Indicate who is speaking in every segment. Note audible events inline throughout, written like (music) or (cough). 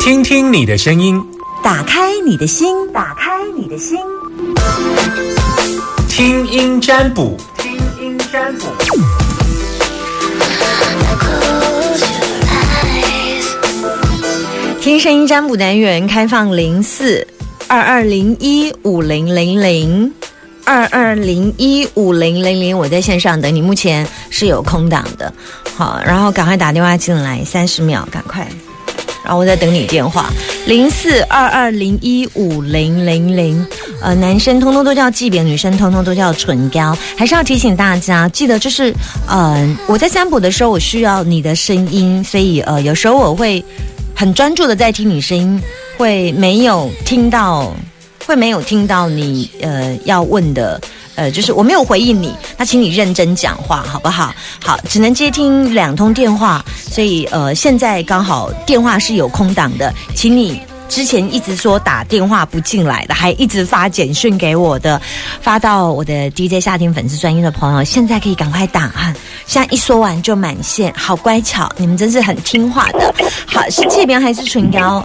Speaker 1: 听听你的声音，
Speaker 2: 打开你的心，打开你的心，
Speaker 1: 听音占卜，听音占卜。
Speaker 2: 听声音占卜单元开放零四二二零一五零零零二二零一五零零零，我在线上等你，目前是有空档的，好，然后赶快打电话进来，三十秒，赶快。然后我在等你电话，零四二二零一五零零零。呃，男生通通都叫祭扁，女生通通都叫唇膏。还是要提醒大家，记得就是，呃，我在占卜的时候，我需要你的声音，所以呃，有时候我会很专注的在听你声音，会没有听到，会没有听到你呃要问的。呃，就是我没有回应你，那请你认真讲话，好不好？好，只能接听两通电话，所以呃，现在刚好电话是有空档的，请你。之前一直说打电话不进来的，还一直发简讯给我的，发到我的 DJ 夏天粉丝专业的朋友，现在可以赶快打哈！现在一说完就满线，好乖巧，你们真是很听话的。好，是这边还是唇膏？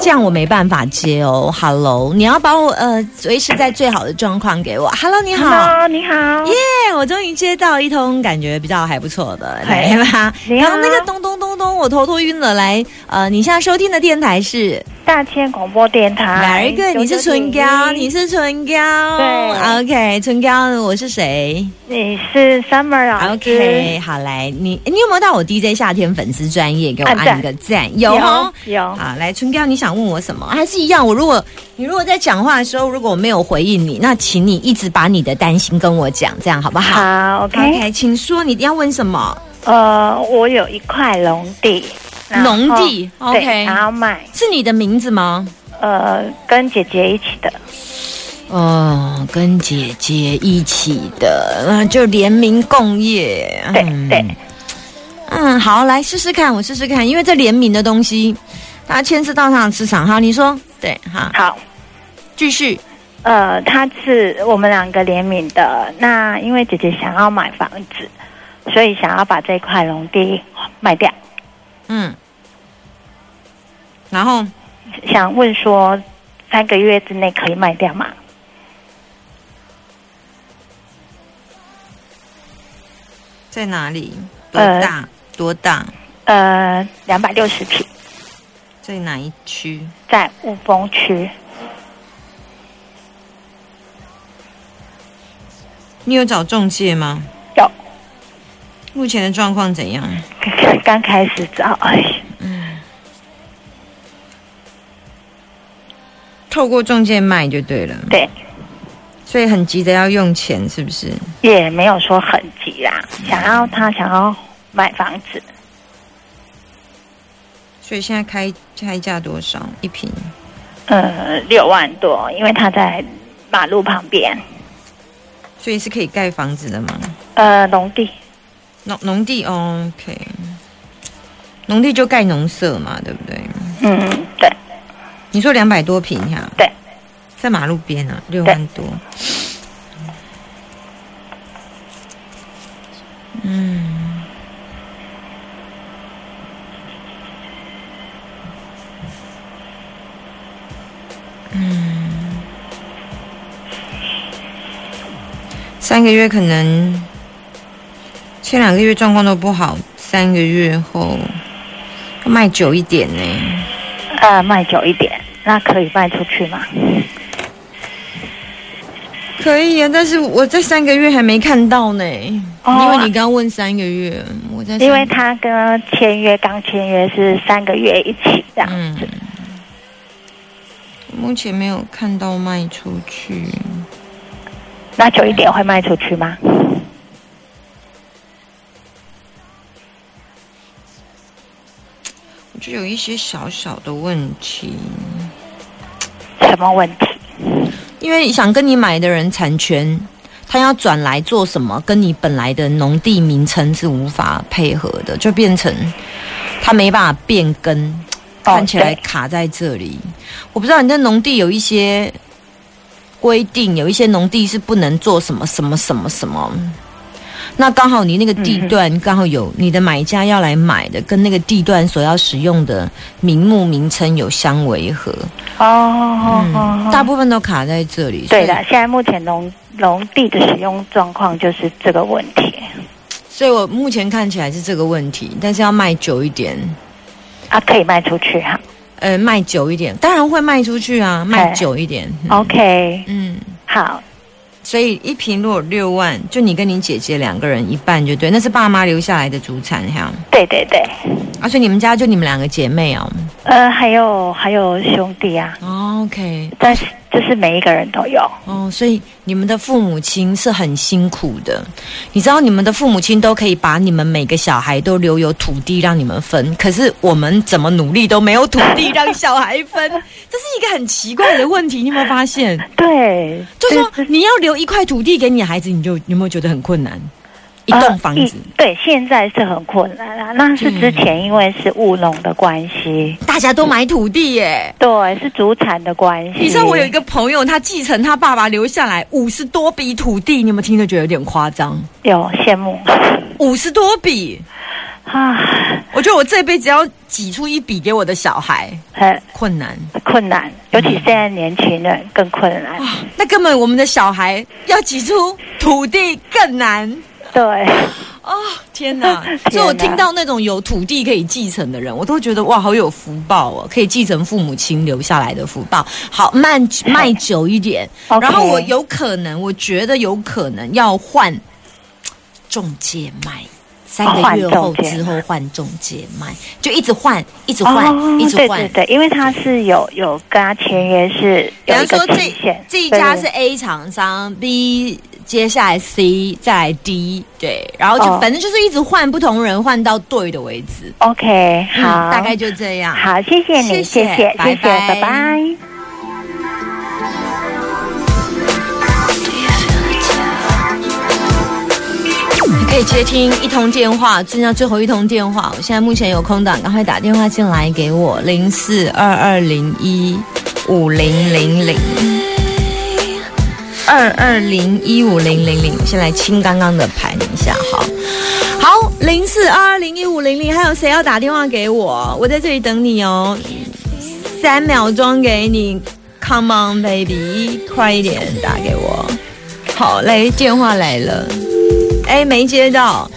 Speaker 2: 这样我没办法接哦。Hello，你要把我呃维持在最好的状况给我。Hello，你好。
Speaker 3: Hello，你好。
Speaker 2: 耶我终于接到一通感觉比较还不错的，来
Speaker 3: 嗨
Speaker 2: 吧。
Speaker 3: 你
Speaker 2: 然
Speaker 3: 好
Speaker 2: 后那个咚咚咚咚，我头都晕了。来，呃，你现在收听的电台是
Speaker 3: 大千广播电
Speaker 2: Very
Speaker 3: 台。
Speaker 2: good，你是唇膏，你是唇膏。
Speaker 3: 对
Speaker 2: ，OK，唇膏，我是谁
Speaker 3: 你是 Summer 老师。
Speaker 2: ？OK，好来，你你有没有到我 DJ 夏天粉丝专业给我
Speaker 3: 按赞
Speaker 2: 按个赞？有哦。
Speaker 3: 有有
Speaker 2: 好，来，春娇，你想问我什么？还是一样，我如果你如果在讲话的时候，如果我没有回应你，那请你一直把你的担心跟我讲，这样好不好
Speaker 3: 好 OK，
Speaker 2: ？OK，请说你要问什么？
Speaker 3: 呃，我有一块农地，然后
Speaker 2: 农地
Speaker 3: 对
Speaker 2: OK
Speaker 3: 然后卖，
Speaker 2: 是你的名字吗？
Speaker 3: 呃，跟姐姐一起的，
Speaker 2: 哦，跟姐姐一起的，嗯，就联名共业。
Speaker 3: 对
Speaker 2: 嗯
Speaker 3: 对，
Speaker 2: 嗯，好，来试试看，我试试看，因为这联名的东西，它牵涉到它的市场。好，你说，对，好，
Speaker 3: 好。
Speaker 2: 继续。
Speaker 3: 呃，他是我们两个联名的。那因为姐姐想要买房子，所以想要把这块农地卖掉。
Speaker 2: 嗯，然后
Speaker 3: 想问说，三个月之内可以卖掉吗？
Speaker 2: 在哪里？多大？多大？
Speaker 3: 呃，两百六十平，
Speaker 2: 在哪一区？
Speaker 3: 在雾峰区。
Speaker 2: 你有找中介吗？
Speaker 3: 有，
Speaker 2: 目前的状况怎样？
Speaker 3: 刚 (laughs) 刚开始找，哎，
Speaker 2: 透过中介卖就对了，
Speaker 3: 对，
Speaker 2: 所以很急着要用钱，是不是？
Speaker 3: 也没有说很急啦。想要他想要买房子，
Speaker 2: 所以现在开开价多少一瓶？
Speaker 3: 呃，六万多，因为他在马路旁边，
Speaker 2: 所以是可以盖房子的吗？
Speaker 3: 呃，农地，
Speaker 2: 农农地、哦、，OK，农地就盖农舍嘛，对不对？
Speaker 3: 嗯，对，
Speaker 2: 你说两百多平呀、
Speaker 3: 对，
Speaker 2: 在马路边啊，六万多。嗯，嗯，三个月可能，前两个月状况都不好，三个月后要卖久一点呢、
Speaker 3: 呃，卖久一点，那可以卖出去吗？
Speaker 2: 嗯可以啊，但是我在三个月还没看到呢，
Speaker 3: 哦
Speaker 2: 因为你刚问三个月，我在三
Speaker 3: 因为他跟签约刚签约是三个月一起这样
Speaker 2: 嗯
Speaker 3: 子，，
Speaker 2: 目前没有看到卖出去，
Speaker 3: 那久一点会卖出去吗？
Speaker 2: 我就有一些小小的问题，
Speaker 3: 什么问题？
Speaker 2: 因为想跟你买的人产权。他要转来做什么，跟你本来的农地名称是无法配合的，就变成他没办法变更，
Speaker 3: 哦
Speaker 2: 看起来
Speaker 3: 对
Speaker 2: 卡在这里。我不知道你在农地有一些规定，有一些农地是不能做什么什么什么什么。那刚好你那个
Speaker 3: 嗯
Speaker 2: 地段刚好有你的买家要来买的，跟那个地段所要使用的名目名称有相违和，
Speaker 3: 哦哦哦，
Speaker 2: 嗯大部分都卡在这里。
Speaker 3: 对的
Speaker 2: 所以，
Speaker 3: 现在目前农农地的使用状况就是这个问题
Speaker 2: 所以我目前看起来是这个问题，但是要卖久一点，
Speaker 3: 啊，可以卖出去哈、
Speaker 2: 呃，卖久一点，当然会卖出去啊，卖
Speaker 3: 哎
Speaker 2: 久一点。嗯
Speaker 3: OK，
Speaker 2: 嗯，
Speaker 3: 好，
Speaker 2: 所以一瓶如果六万，就你跟你姐姐两个人一半就对，那是爸妈留下来的祖产哈。
Speaker 3: 对对对，
Speaker 2: 啊，所以你们家就你们两个姐妹哦。
Speaker 3: 呃，还有还有兄弟啊，
Speaker 2: 哦 OK，
Speaker 3: 但是就是每一个人都有，
Speaker 2: 哦，所以你们的父母亲是很辛苦的。你知道，你们的父母亲都可以把你们每个小孩都留有土地让你们分，可是我们怎么努力都没有土地让小孩分，这是一个很奇怪的问题。你有没有发现？
Speaker 3: 对，
Speaker 2: 就是说
Speaker 3: 这
Speaker 2: 你要留一块土地给你的孩子，你就你有没有觉得很困难？一栋房
Speaker 3: 呃
Speaker 2: 子，
Speaker 3: 一对，现在是很困难啦、那是之前因为是务农的关系，
Speaker 2: 大家都买土地耶。
Speaker 3: 对，是主产的关系。
Speaker 2: (clears throat) 你知道我有一个朋友，他继承他爸爸留下来五十多笔土地，你有没有听着觉得有点夸张？
Speaker 3: 有羡慕
Speaker 2: 五十多笔，
Speaker 3: 啊，
Speaker 2: 我觉得我这辈子要挤出一笔给我的小孩，
Speaker 3: 很
Speaker 2: 困难
Speaker 3: 困难，尤其现在年轻人更困难。
Speaker 2: 啊！那根本我们的小孩要挤出土地更难
Speaker 3: 对，！
Speaker 2: 啊、天哪
Speaker 3: (laughs)
Speaker 2: 所以我听到那种有土地可以继承的人，我都觉得哇，好有福报哦，可以继承父母亲留下来的福报。好，
Speaker 3: (laughs)
Speaker 2: 慢卖久一点，
Speaker 3: OK
Speaker 2: 然后我有可能，我觉得有可能要换中介卖。三个月后
Speaker 3: 哦换中介
Speaker 2: 之后换中介卖，就一直换，一直换，一直
Speaker 3: 哦对
Speaker 2: 换
Speaker 3: 对，对，因为他是有有跟他签约是
Speaker 2: 比
Speaker 3: 有
Speaker 2: 方
Speaker 3: 一个
Speaker 2: 说
Speaker 3: 期
Speaker 2: 这
Speaker 3: 限，
Speaker 2: 这一家是
Speaker 3: 对
Speaker 2: A 厂商，B 接下来 C 再来 D，对，然后就、
Speaker 3: 哦
Speaker 2: 反正就是一直换不同人，换到对的为止。
Speaker 3: OK，好，
Speaker 2: 嗯大概就这样。
Speaker 3: 好，谢谢
Speaker 2: 谢
Speaker 3: 你，
Speaker 2: 谢
Speaker 3: 谢谢，谢谢，
Speaker 2: 拜拜
Speaker 3: 拜拜
Speaker 2: 你可以接听一通电话，剩下最后一通电话。我现在目前有空档，赶快打电话进来给我，零四二二零一五零零零。二二零一五零零零，我先来清刚刚的牌一下，好，好，零四二二零一五零零，还有谁要打电话给我？我在这里等你哦，三秒钟给你，Come on baby，快一点打给我。好嘞，电话来了，哎，没接到，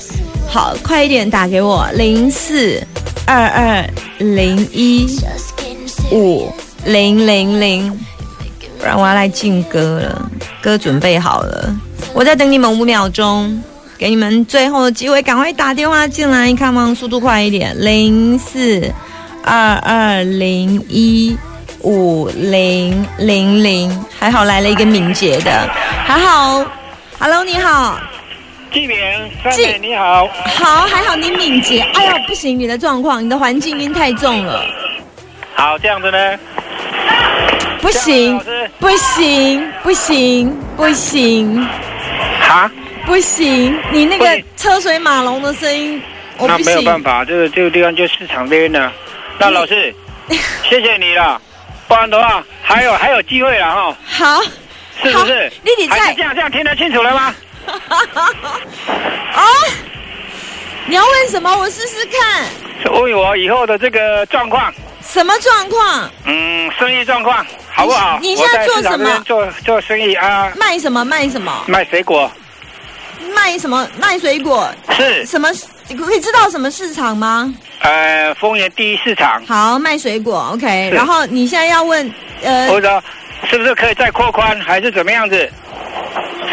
Speaker 2: 好，快一点打给我，零四二二零一五零零零，不然我要来进歌了，歌准备好了，我在等你们五秒钟，给你们最后的机会，赶快打电话进来，Come on，速度快一点，零四二二零一。五零零零，还好来了一个敏捷的，还好，Hello，你好，
Speaker 4: 纪明，三
Speaker 2: 纪
Speaker 4: 妹你好，
Speaker 2: 好，还好你敏捷。哎呀，不行，你的状况，你的环境音太重了，
Speaker 4: 好这样子呢，
Speaker 2: 不行
Speaker 4: 老师，
Speaker 2: 不行，不行，不行，
Speaker 4: 啊，
Speaker 2: 不行，你那
Speaker 4: 不
Speaker 2: 个
Speaker 4: 行
Speaker 2: 车水马龙的声音，我
Speaker 4: 那
Speaker 2: 不
Speaker 4: 没有办
Speaker 2: 行。
Speaker 4: 法，这个这个地方就市场这边的。那老师， (laughs) 谢谢你了，不然的话
Speaker 2: (laughs)
Speaker 4: 还有还有机会了哈，
Speaker 2: 好，
Speaker 4: 是不是
Speaker 2: 好？丽丽在
Speaker 4: 还是这样这样听得清楚了吗？
Speaker 2: (laughs) 啊，你要问什么？我试试看，
Speaker 4: 问我以后的这个状况，
Speaker 2: 什么状况？
Speaker 4: 嗯，生意状况好不好？
Speaker 2: 你你
Speaker 4: 我
Speaker 2: 现在
Speaker 4: 在
Speaker 2: 做
Speaker 4: 市场
Speaker 2: 什么
Speaker 4: 这边做做生意啊，
Speaker 2: 卖什么？卖什么？
Speaker 4: 卖水果
Speaker 2: 卖什么？卖水果？
Speaker 4: 是
Speaker 2: 什么？你可以知道什么市场吗？
Speaker 4: 呃丰原第一市场，
Speaker 2: 好，卖水果，OK。
Speaker 4: 是
Speaker 2: 然后你现在要问，呃，
Speaker 4: 或者是不是可以再扩宽，还是怎么样子？ (laughs)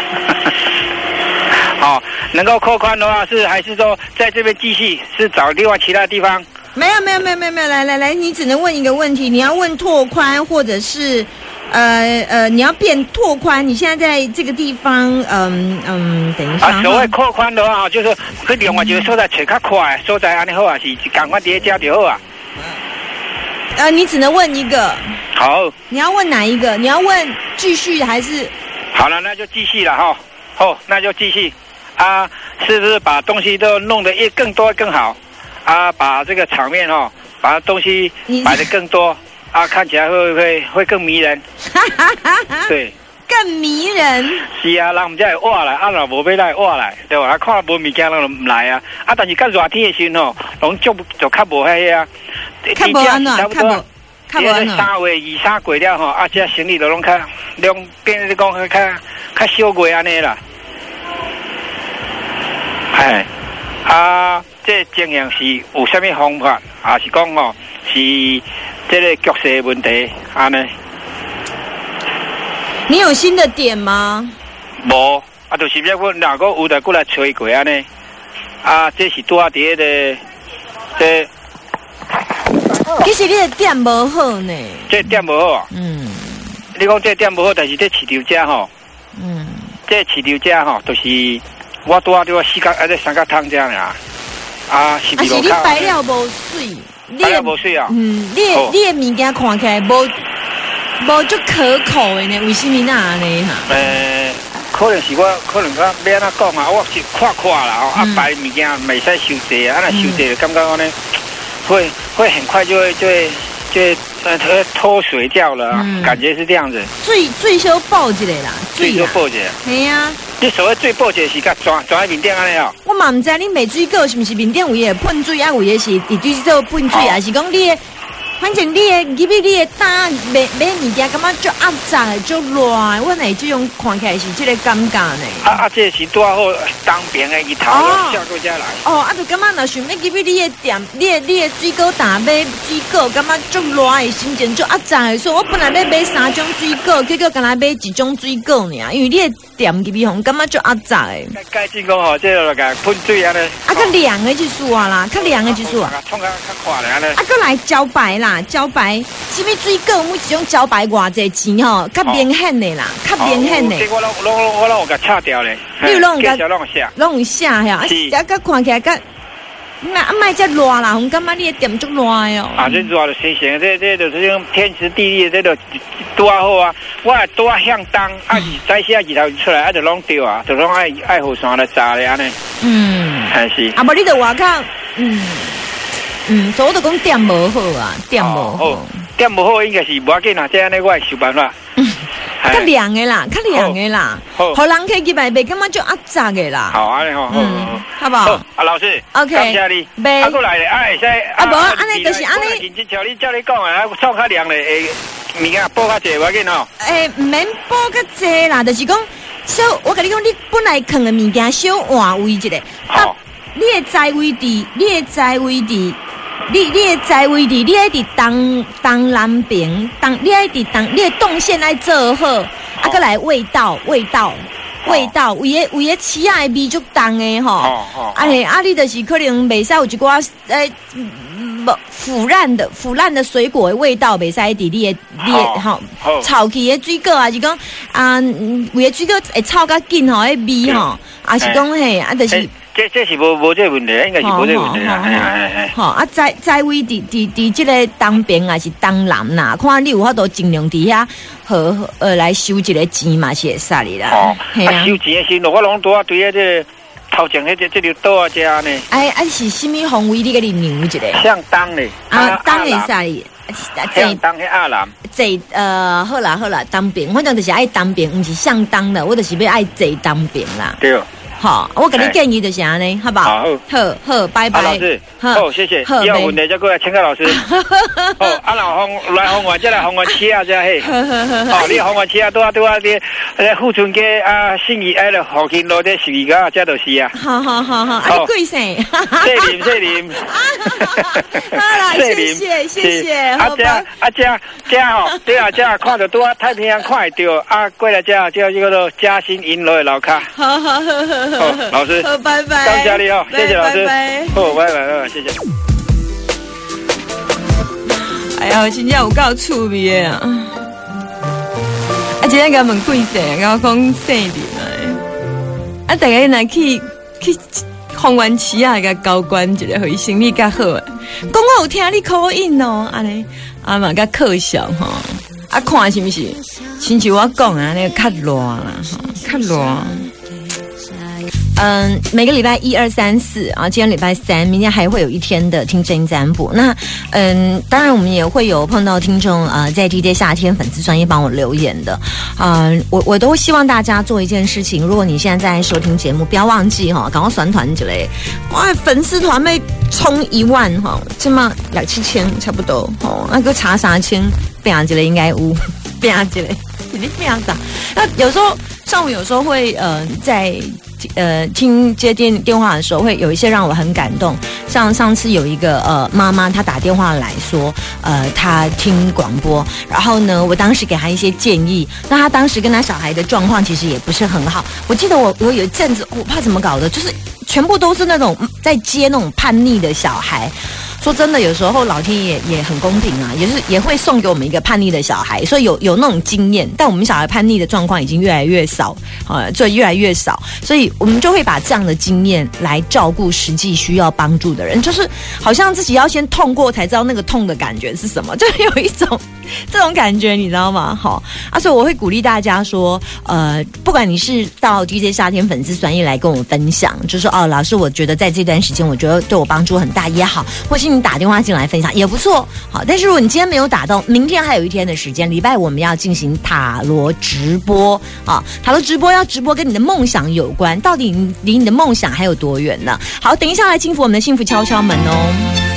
Speaker 4: 好，哦能够扩宽的话是还是说在这边继续，是找另外其他地方？
Speaker 2: 没有没有没有没有没有，来来来，你只能问一个问题，你要问拓宽或者是，呃呃，你要变拓宽。你现在在这个地方，嗯嗯，等一下
Speaker 4: 啊，
Speaker 2: 哈，
Speaker 4: 所谓扩宽的话，哦就是去另外一个所在找较快，所在安尼好啊，是赶快叠加就好啊。
Speaker 2: 呃，你只能问一个，
Speaker 4: 好，
Speaker 2: 你要问哪一个？你要问继续还是 (laughs)
Speaker 4: 好了，那就继续了哈。好，那就继续啊，是不是把东西都弄得越更多更好啊？把这个场面哦，把东西
Speaker 2: 你
Speaker 4: 买的更多啊，看起来会不会会更迷人？对。
Speaker 2: 更迷人。
Speaker 4: 是啊，人毋才会活来，啊，若无要来活来，对吧？啊，看无物件，人就毋来啊。啊，但是较热天的时候吼，拢足就较无迄个啊。
Speaker 2: 较无安怎，较无较无安
Speaker 4: 因为
Speaker 2: 怎，
Speaker 4: 三月二三过了吼，啊，这生理就拢较，拢变你讲较较小过安尼啦。哎，啊，这经营是有啥物方法，啊是讲吼、是这个局势的问题安尼，
Speaker 2: 你有新的点吗？
Speaker 4: 无啊，就是要阮若个有的过来吹过安尼，啊，这是拄啊伫迄个，这哦
Speaker 2: 其实你的点无好呢。
Speaker 4: 这点无好啊，
Speaker 2: 嗯
Speaker 4: 你讲这点无好，但是这市场价吼、
Speaker 2: 嗯，
Speaker 4: 这市场遮吼，就是我拄啊拄啊四角啊，这三角汤遮尔，啊，是
Speaker 2: 啊
Speaker 4: 伫
Speaker 2: 是
Speaker 4: 路
Speaker 2: 你
Speaker 4: 口
Speaker 2: 白料无水，你
Speaker 4: 白
Speaker 2: 的
Speaker 4: 了无水啊，
Speaker 2: 嗯，你的
Speaker 4: 哦
Speaker 2: 你的物件看起来无无足可口的呢，为什么那安尼哈？
Speaker 4: 诶、呃可能是我可能我要安怎讲啊，我是看看啦吼，啊
Speaker 2: 嗯，
Speaker 4: 白物件袂使收济啊，啊若收济就感觉安尼会会很快就会就会就会呃脱脱水掉了、啊
Speaker 2: 嗯
Speaker 4: 感觉是这样子，
Speaker 2: 最最少爆一个啦，
Speaker 4: 最
Speaker 2: 水
Speaker 4: 多
Speaker 2: 啦，
Speaker 4: 报解，
Speaker 2: 系啊。
Speaker 4: 你所谓最报解是甲转转面顶安尼哦，
Speaker 2: 我嘛毋知你卖水果是毋是面顶有伊的喷水，啊有伊的是直接做喷水，
Speaker 4: 好
Speaker 2: 还是讲你的，反正你的入去你的胆买买物件，感觉足压榨的、足热的，我乃即种看起来是即个感觉呢。
Speaker 4: 啊啊，这是拄啊好当兵的伊
Speaker 2: 嗯
Speaker 4: 头
Speaker 2: 哦
Speaker 4: 下过遮来。
Speaker 2: 哦，啊，就感觉若想要入去你的店，你的你的水果打买水果，感觉足热的，心情足压榨的。所以我本来要买三种水果，结果敢若买一种水果尔，因为你的店入去互感觉足压榨的，
Speaker 4: 该进攻吼，这个甲喷水安尼。
Speaker 2: 啊，较凉的一束啊啦，较凉的一束啊。
Speaker 4: 创较较快咧安尼。
Speaker 2: 啊，搁来招牌啦，招牌，什物水果每一种招牌偌济钱吼，较明显的啦，较明显的
Speaker 4: 这，我哦拢拢拢我拢有甲擦掉咧。
Speaker 2: 你有拢有甲
Speaker 4: 介绍拢有写。
Speaker 2: 拢有写遐，啊，
Speaker 4: 是
Speaker 2: 啊，搁看起来较，那啊，莫遮热啦，我感觉你的店足热的
Speaker 4: 啊，
Speaker 2: 哦。
Speaker 4: 这主要是谁行？这这就是种天时地利，这都拄啊好啊。我拄啊向东，啊是再下日头出来，啊就拢掉啊，就拢爱爱雨伞来炸咧安尼。
Speaker 2: 嗯，
Speaker 4: 还是。
Speaker 2: 啊，无你着外口，嗯嗯，所以我就讲店无好啊，店无
Speaker 4: 哦
Speaker 2: 好，，
Speaker 4: 点无好应该是无要紧啦，这安尼我会想办法。
Speaker 2: 较凉的啦，较凉的啦，
Speaker 4: 哎好
Speaker 2: 互人客入来袂感觉足压榨的啦，
Speaker 4: 好安尼吼，好好
Speaker 2: 嗯
Speaker 4: 好。，
Speaker 2: 好不
Speaker 4: 好
Speaker 2: 好？，
Speaker 4: 啊，老师
Speaker 2: OK，
Speaker 4: 感谢你。
Speaker 2: 袂
Speaker 4: 啊，过来咧，啊，会使。
Speaker 2: 啊无安尼就是安尼
Speaker 4: 认真照你照你讲的，啊，臭较凉咧，诶，物件报较济，无要紧吼。
Speaker 2: 诶，毋免补呃较济啦，就是讲小，我甲你讲，你本来藏的物件小换位一下，啊
Speaker 4: 好，
Speaker 2: 你的在位置，你的在位置，你你的在位置，你爱伫东东南边，东你爱伫东，你的动线爱做好，啊，
Speaker 4: 好
Speaker 2: 再来味道，味道，
Speaker 4: 好
Speaker 2: 味道，有诶有诶，起啊味足重的吼。
Speaker 4: 哦哦。
Speaker 2: 啊嘿，啊你就是可能袂使有一寡诶，嗯无腐烂的腐烂的水果的味道袂使伫你的你的
Speaker 4: 好
Speaker 2: 吼。
Speaker 4: 好。
Speaker 2: 臭气的水果啊，是讲啊，嗯有的水果会臭较紧吼，迄味吼，啊是讲嘿，啊就是哦
Speaker 4: 诶，哎这这是无无这个问题，应该是无这个问题啦。
Speaker 2: 好好好
Speaker 4: 哎哎哎。
Speaker 2: 吼啊，在在位伫伫伫即个东边啊是东南啦，看你有法度尽量伫遐和呃来收一个钱嘛是会使哩啦
Speaker 4: 哦，，
Speaker 2: 嘿啊
Speaker 4: 啊，，收钱的时候，我拢拄啊对迄个头前迄只即条桌啊遮呢，
Speaker 2: 哎啊是啥物方位你甲你量一个
Speaker 4: 向东咧。 (laughs)
Speaker 2: 啊，当会
Speaker 4: 南，
Speaker 2: 使哩。啊
Speaker 4: 向
Speaker 2: 这
Speaker 4: 东迄阿南。
Speaker 2: 这呃，好啦好啦，当兵，反正就是爱当兵，毋是相当的，我就是要爱坐当兵啦。
Speaker 4: 对。
Speaker 2: 好，我给你建议就是安尼，好不好？
Speaker 4: 哎好
Speaker 2: 好，好，拜
Speaker 4: 啊，
Speaker 2: 拜。
Speaker 4: 老师，
Speaker 2: 好
Speaker 4: 好，谢谢。
Speaker 2: 好
Speaker 4: 有
Speaker 2: 没
Speaker 4: 问题再过来请教老
Speaker 2: (laughs)
Speaker 4: 师。哦，啊，老方来方我，再来方我吃啊，再
Speaker 2: (laughs)
Speaker 4: 嘿。
Speaker 2: 呵呵呵呵。
Speaker 4: 哦，你方我吃啊，拄啊拄啊，你呃，富春街啊，信义哎，了附近路这十二家，这就是
Speaker 2: (laughs)
Speaker 4: 啊
Speaker 2: 好好好好，啊，
Speaker 4: 好
Speaker 2: 你贵姓？
Speaker 4: (laughs) 谢林，谢林。
Speaker 2: (laughs) 好啦，谢谢谢谢，
Speaker 4: 啊
Speaker 2: 好
Speaker 4: 这
Speaker 2: 吧。
Speaker 4: 啊这这哦，
Speaker 2: (laughs)
Speaker 4: 对啊这看着拄啊太平洋看会到，啊过来这叫一个做嘉兴银楼的楼卡。
Speaker 2: 好好好好好好，
Speaker 4: 好老师
Speaker 2: (laughs) 好拜拜，
Speaker 4: 感谢你哦，谢谢老师
Speaker 2: 拜拜。。
Speaker 4: 好，拜拜拜拜，谢谢。
Speaker 2: 哎呀，真正有够趣味的啊！啊，真正甲问贵姓，甲我讲姓名来。啊，大家若去去方圆市啊，甲交关一个，互伊生理较好诶。讲我有听你口音哦，安尼啊嘛较可笑吼。啊，看是毋是？亲像我讲的安尼较热啦，吼较热。嗯，每个礼拜一、二、三、四啊，今天礼拜三，明天还会有一天的听声音占卜。那嗯，当然我们也会有碰到听众啊、呃在 DJ 夏天粉丝专业帮我留言的啊、呃我我都希望大家做一件事情，如果你现在在收听节目，不要忘记哈、赶快选团之类，哇，粉丝团被冲一万哈，起码两七千差不多哦，那个查啥千变之类应该有变之类。 (laughs) 肯定这样子啊。那有时候像我有时候会呃在呃听接电电话的时候，会有一些让我很感动。像上次有一个呃妈妈，她打电话来说，呃她听广播，然后呢，我当时给她一些建议。那她当时跟她小孩的状况其实也不是很好。我记得我我有一阵子，我怕怎么搞的，就是全部都是那种在接那种叛逆的小孩。说真的，有时候老天爷也很公平啊，也是也会送给我们一个叛逆的小孩，所以有有那种经验。但我们小孩叛逆的状况已经越来越少，啊，就越来越少，所以我们就会把这样的经验来照顾实际需要帮助的人，就是好像自己要先痛过才知道那个痛的感觉是什么，就 (laughs) 有一种这种感觉，你知道吗？好啊，所以我会鼓励大家说，呃，不管你是到 DJ 夏天粉丝专业来跟我分享，就说哦，老师，我觉得在这段时间，我觉得对我帮助很大也好，或是你打电话进来分享也不错，好。但是如果你今天没有打到，明天还有一天的时间，礼拜我们要进行塔罗直播啊，塔罗直播要直播跟你的梦想有关，到底你离你的梦想还有多远呢？好，等一下来幸福我们的幸福敲敲门哦。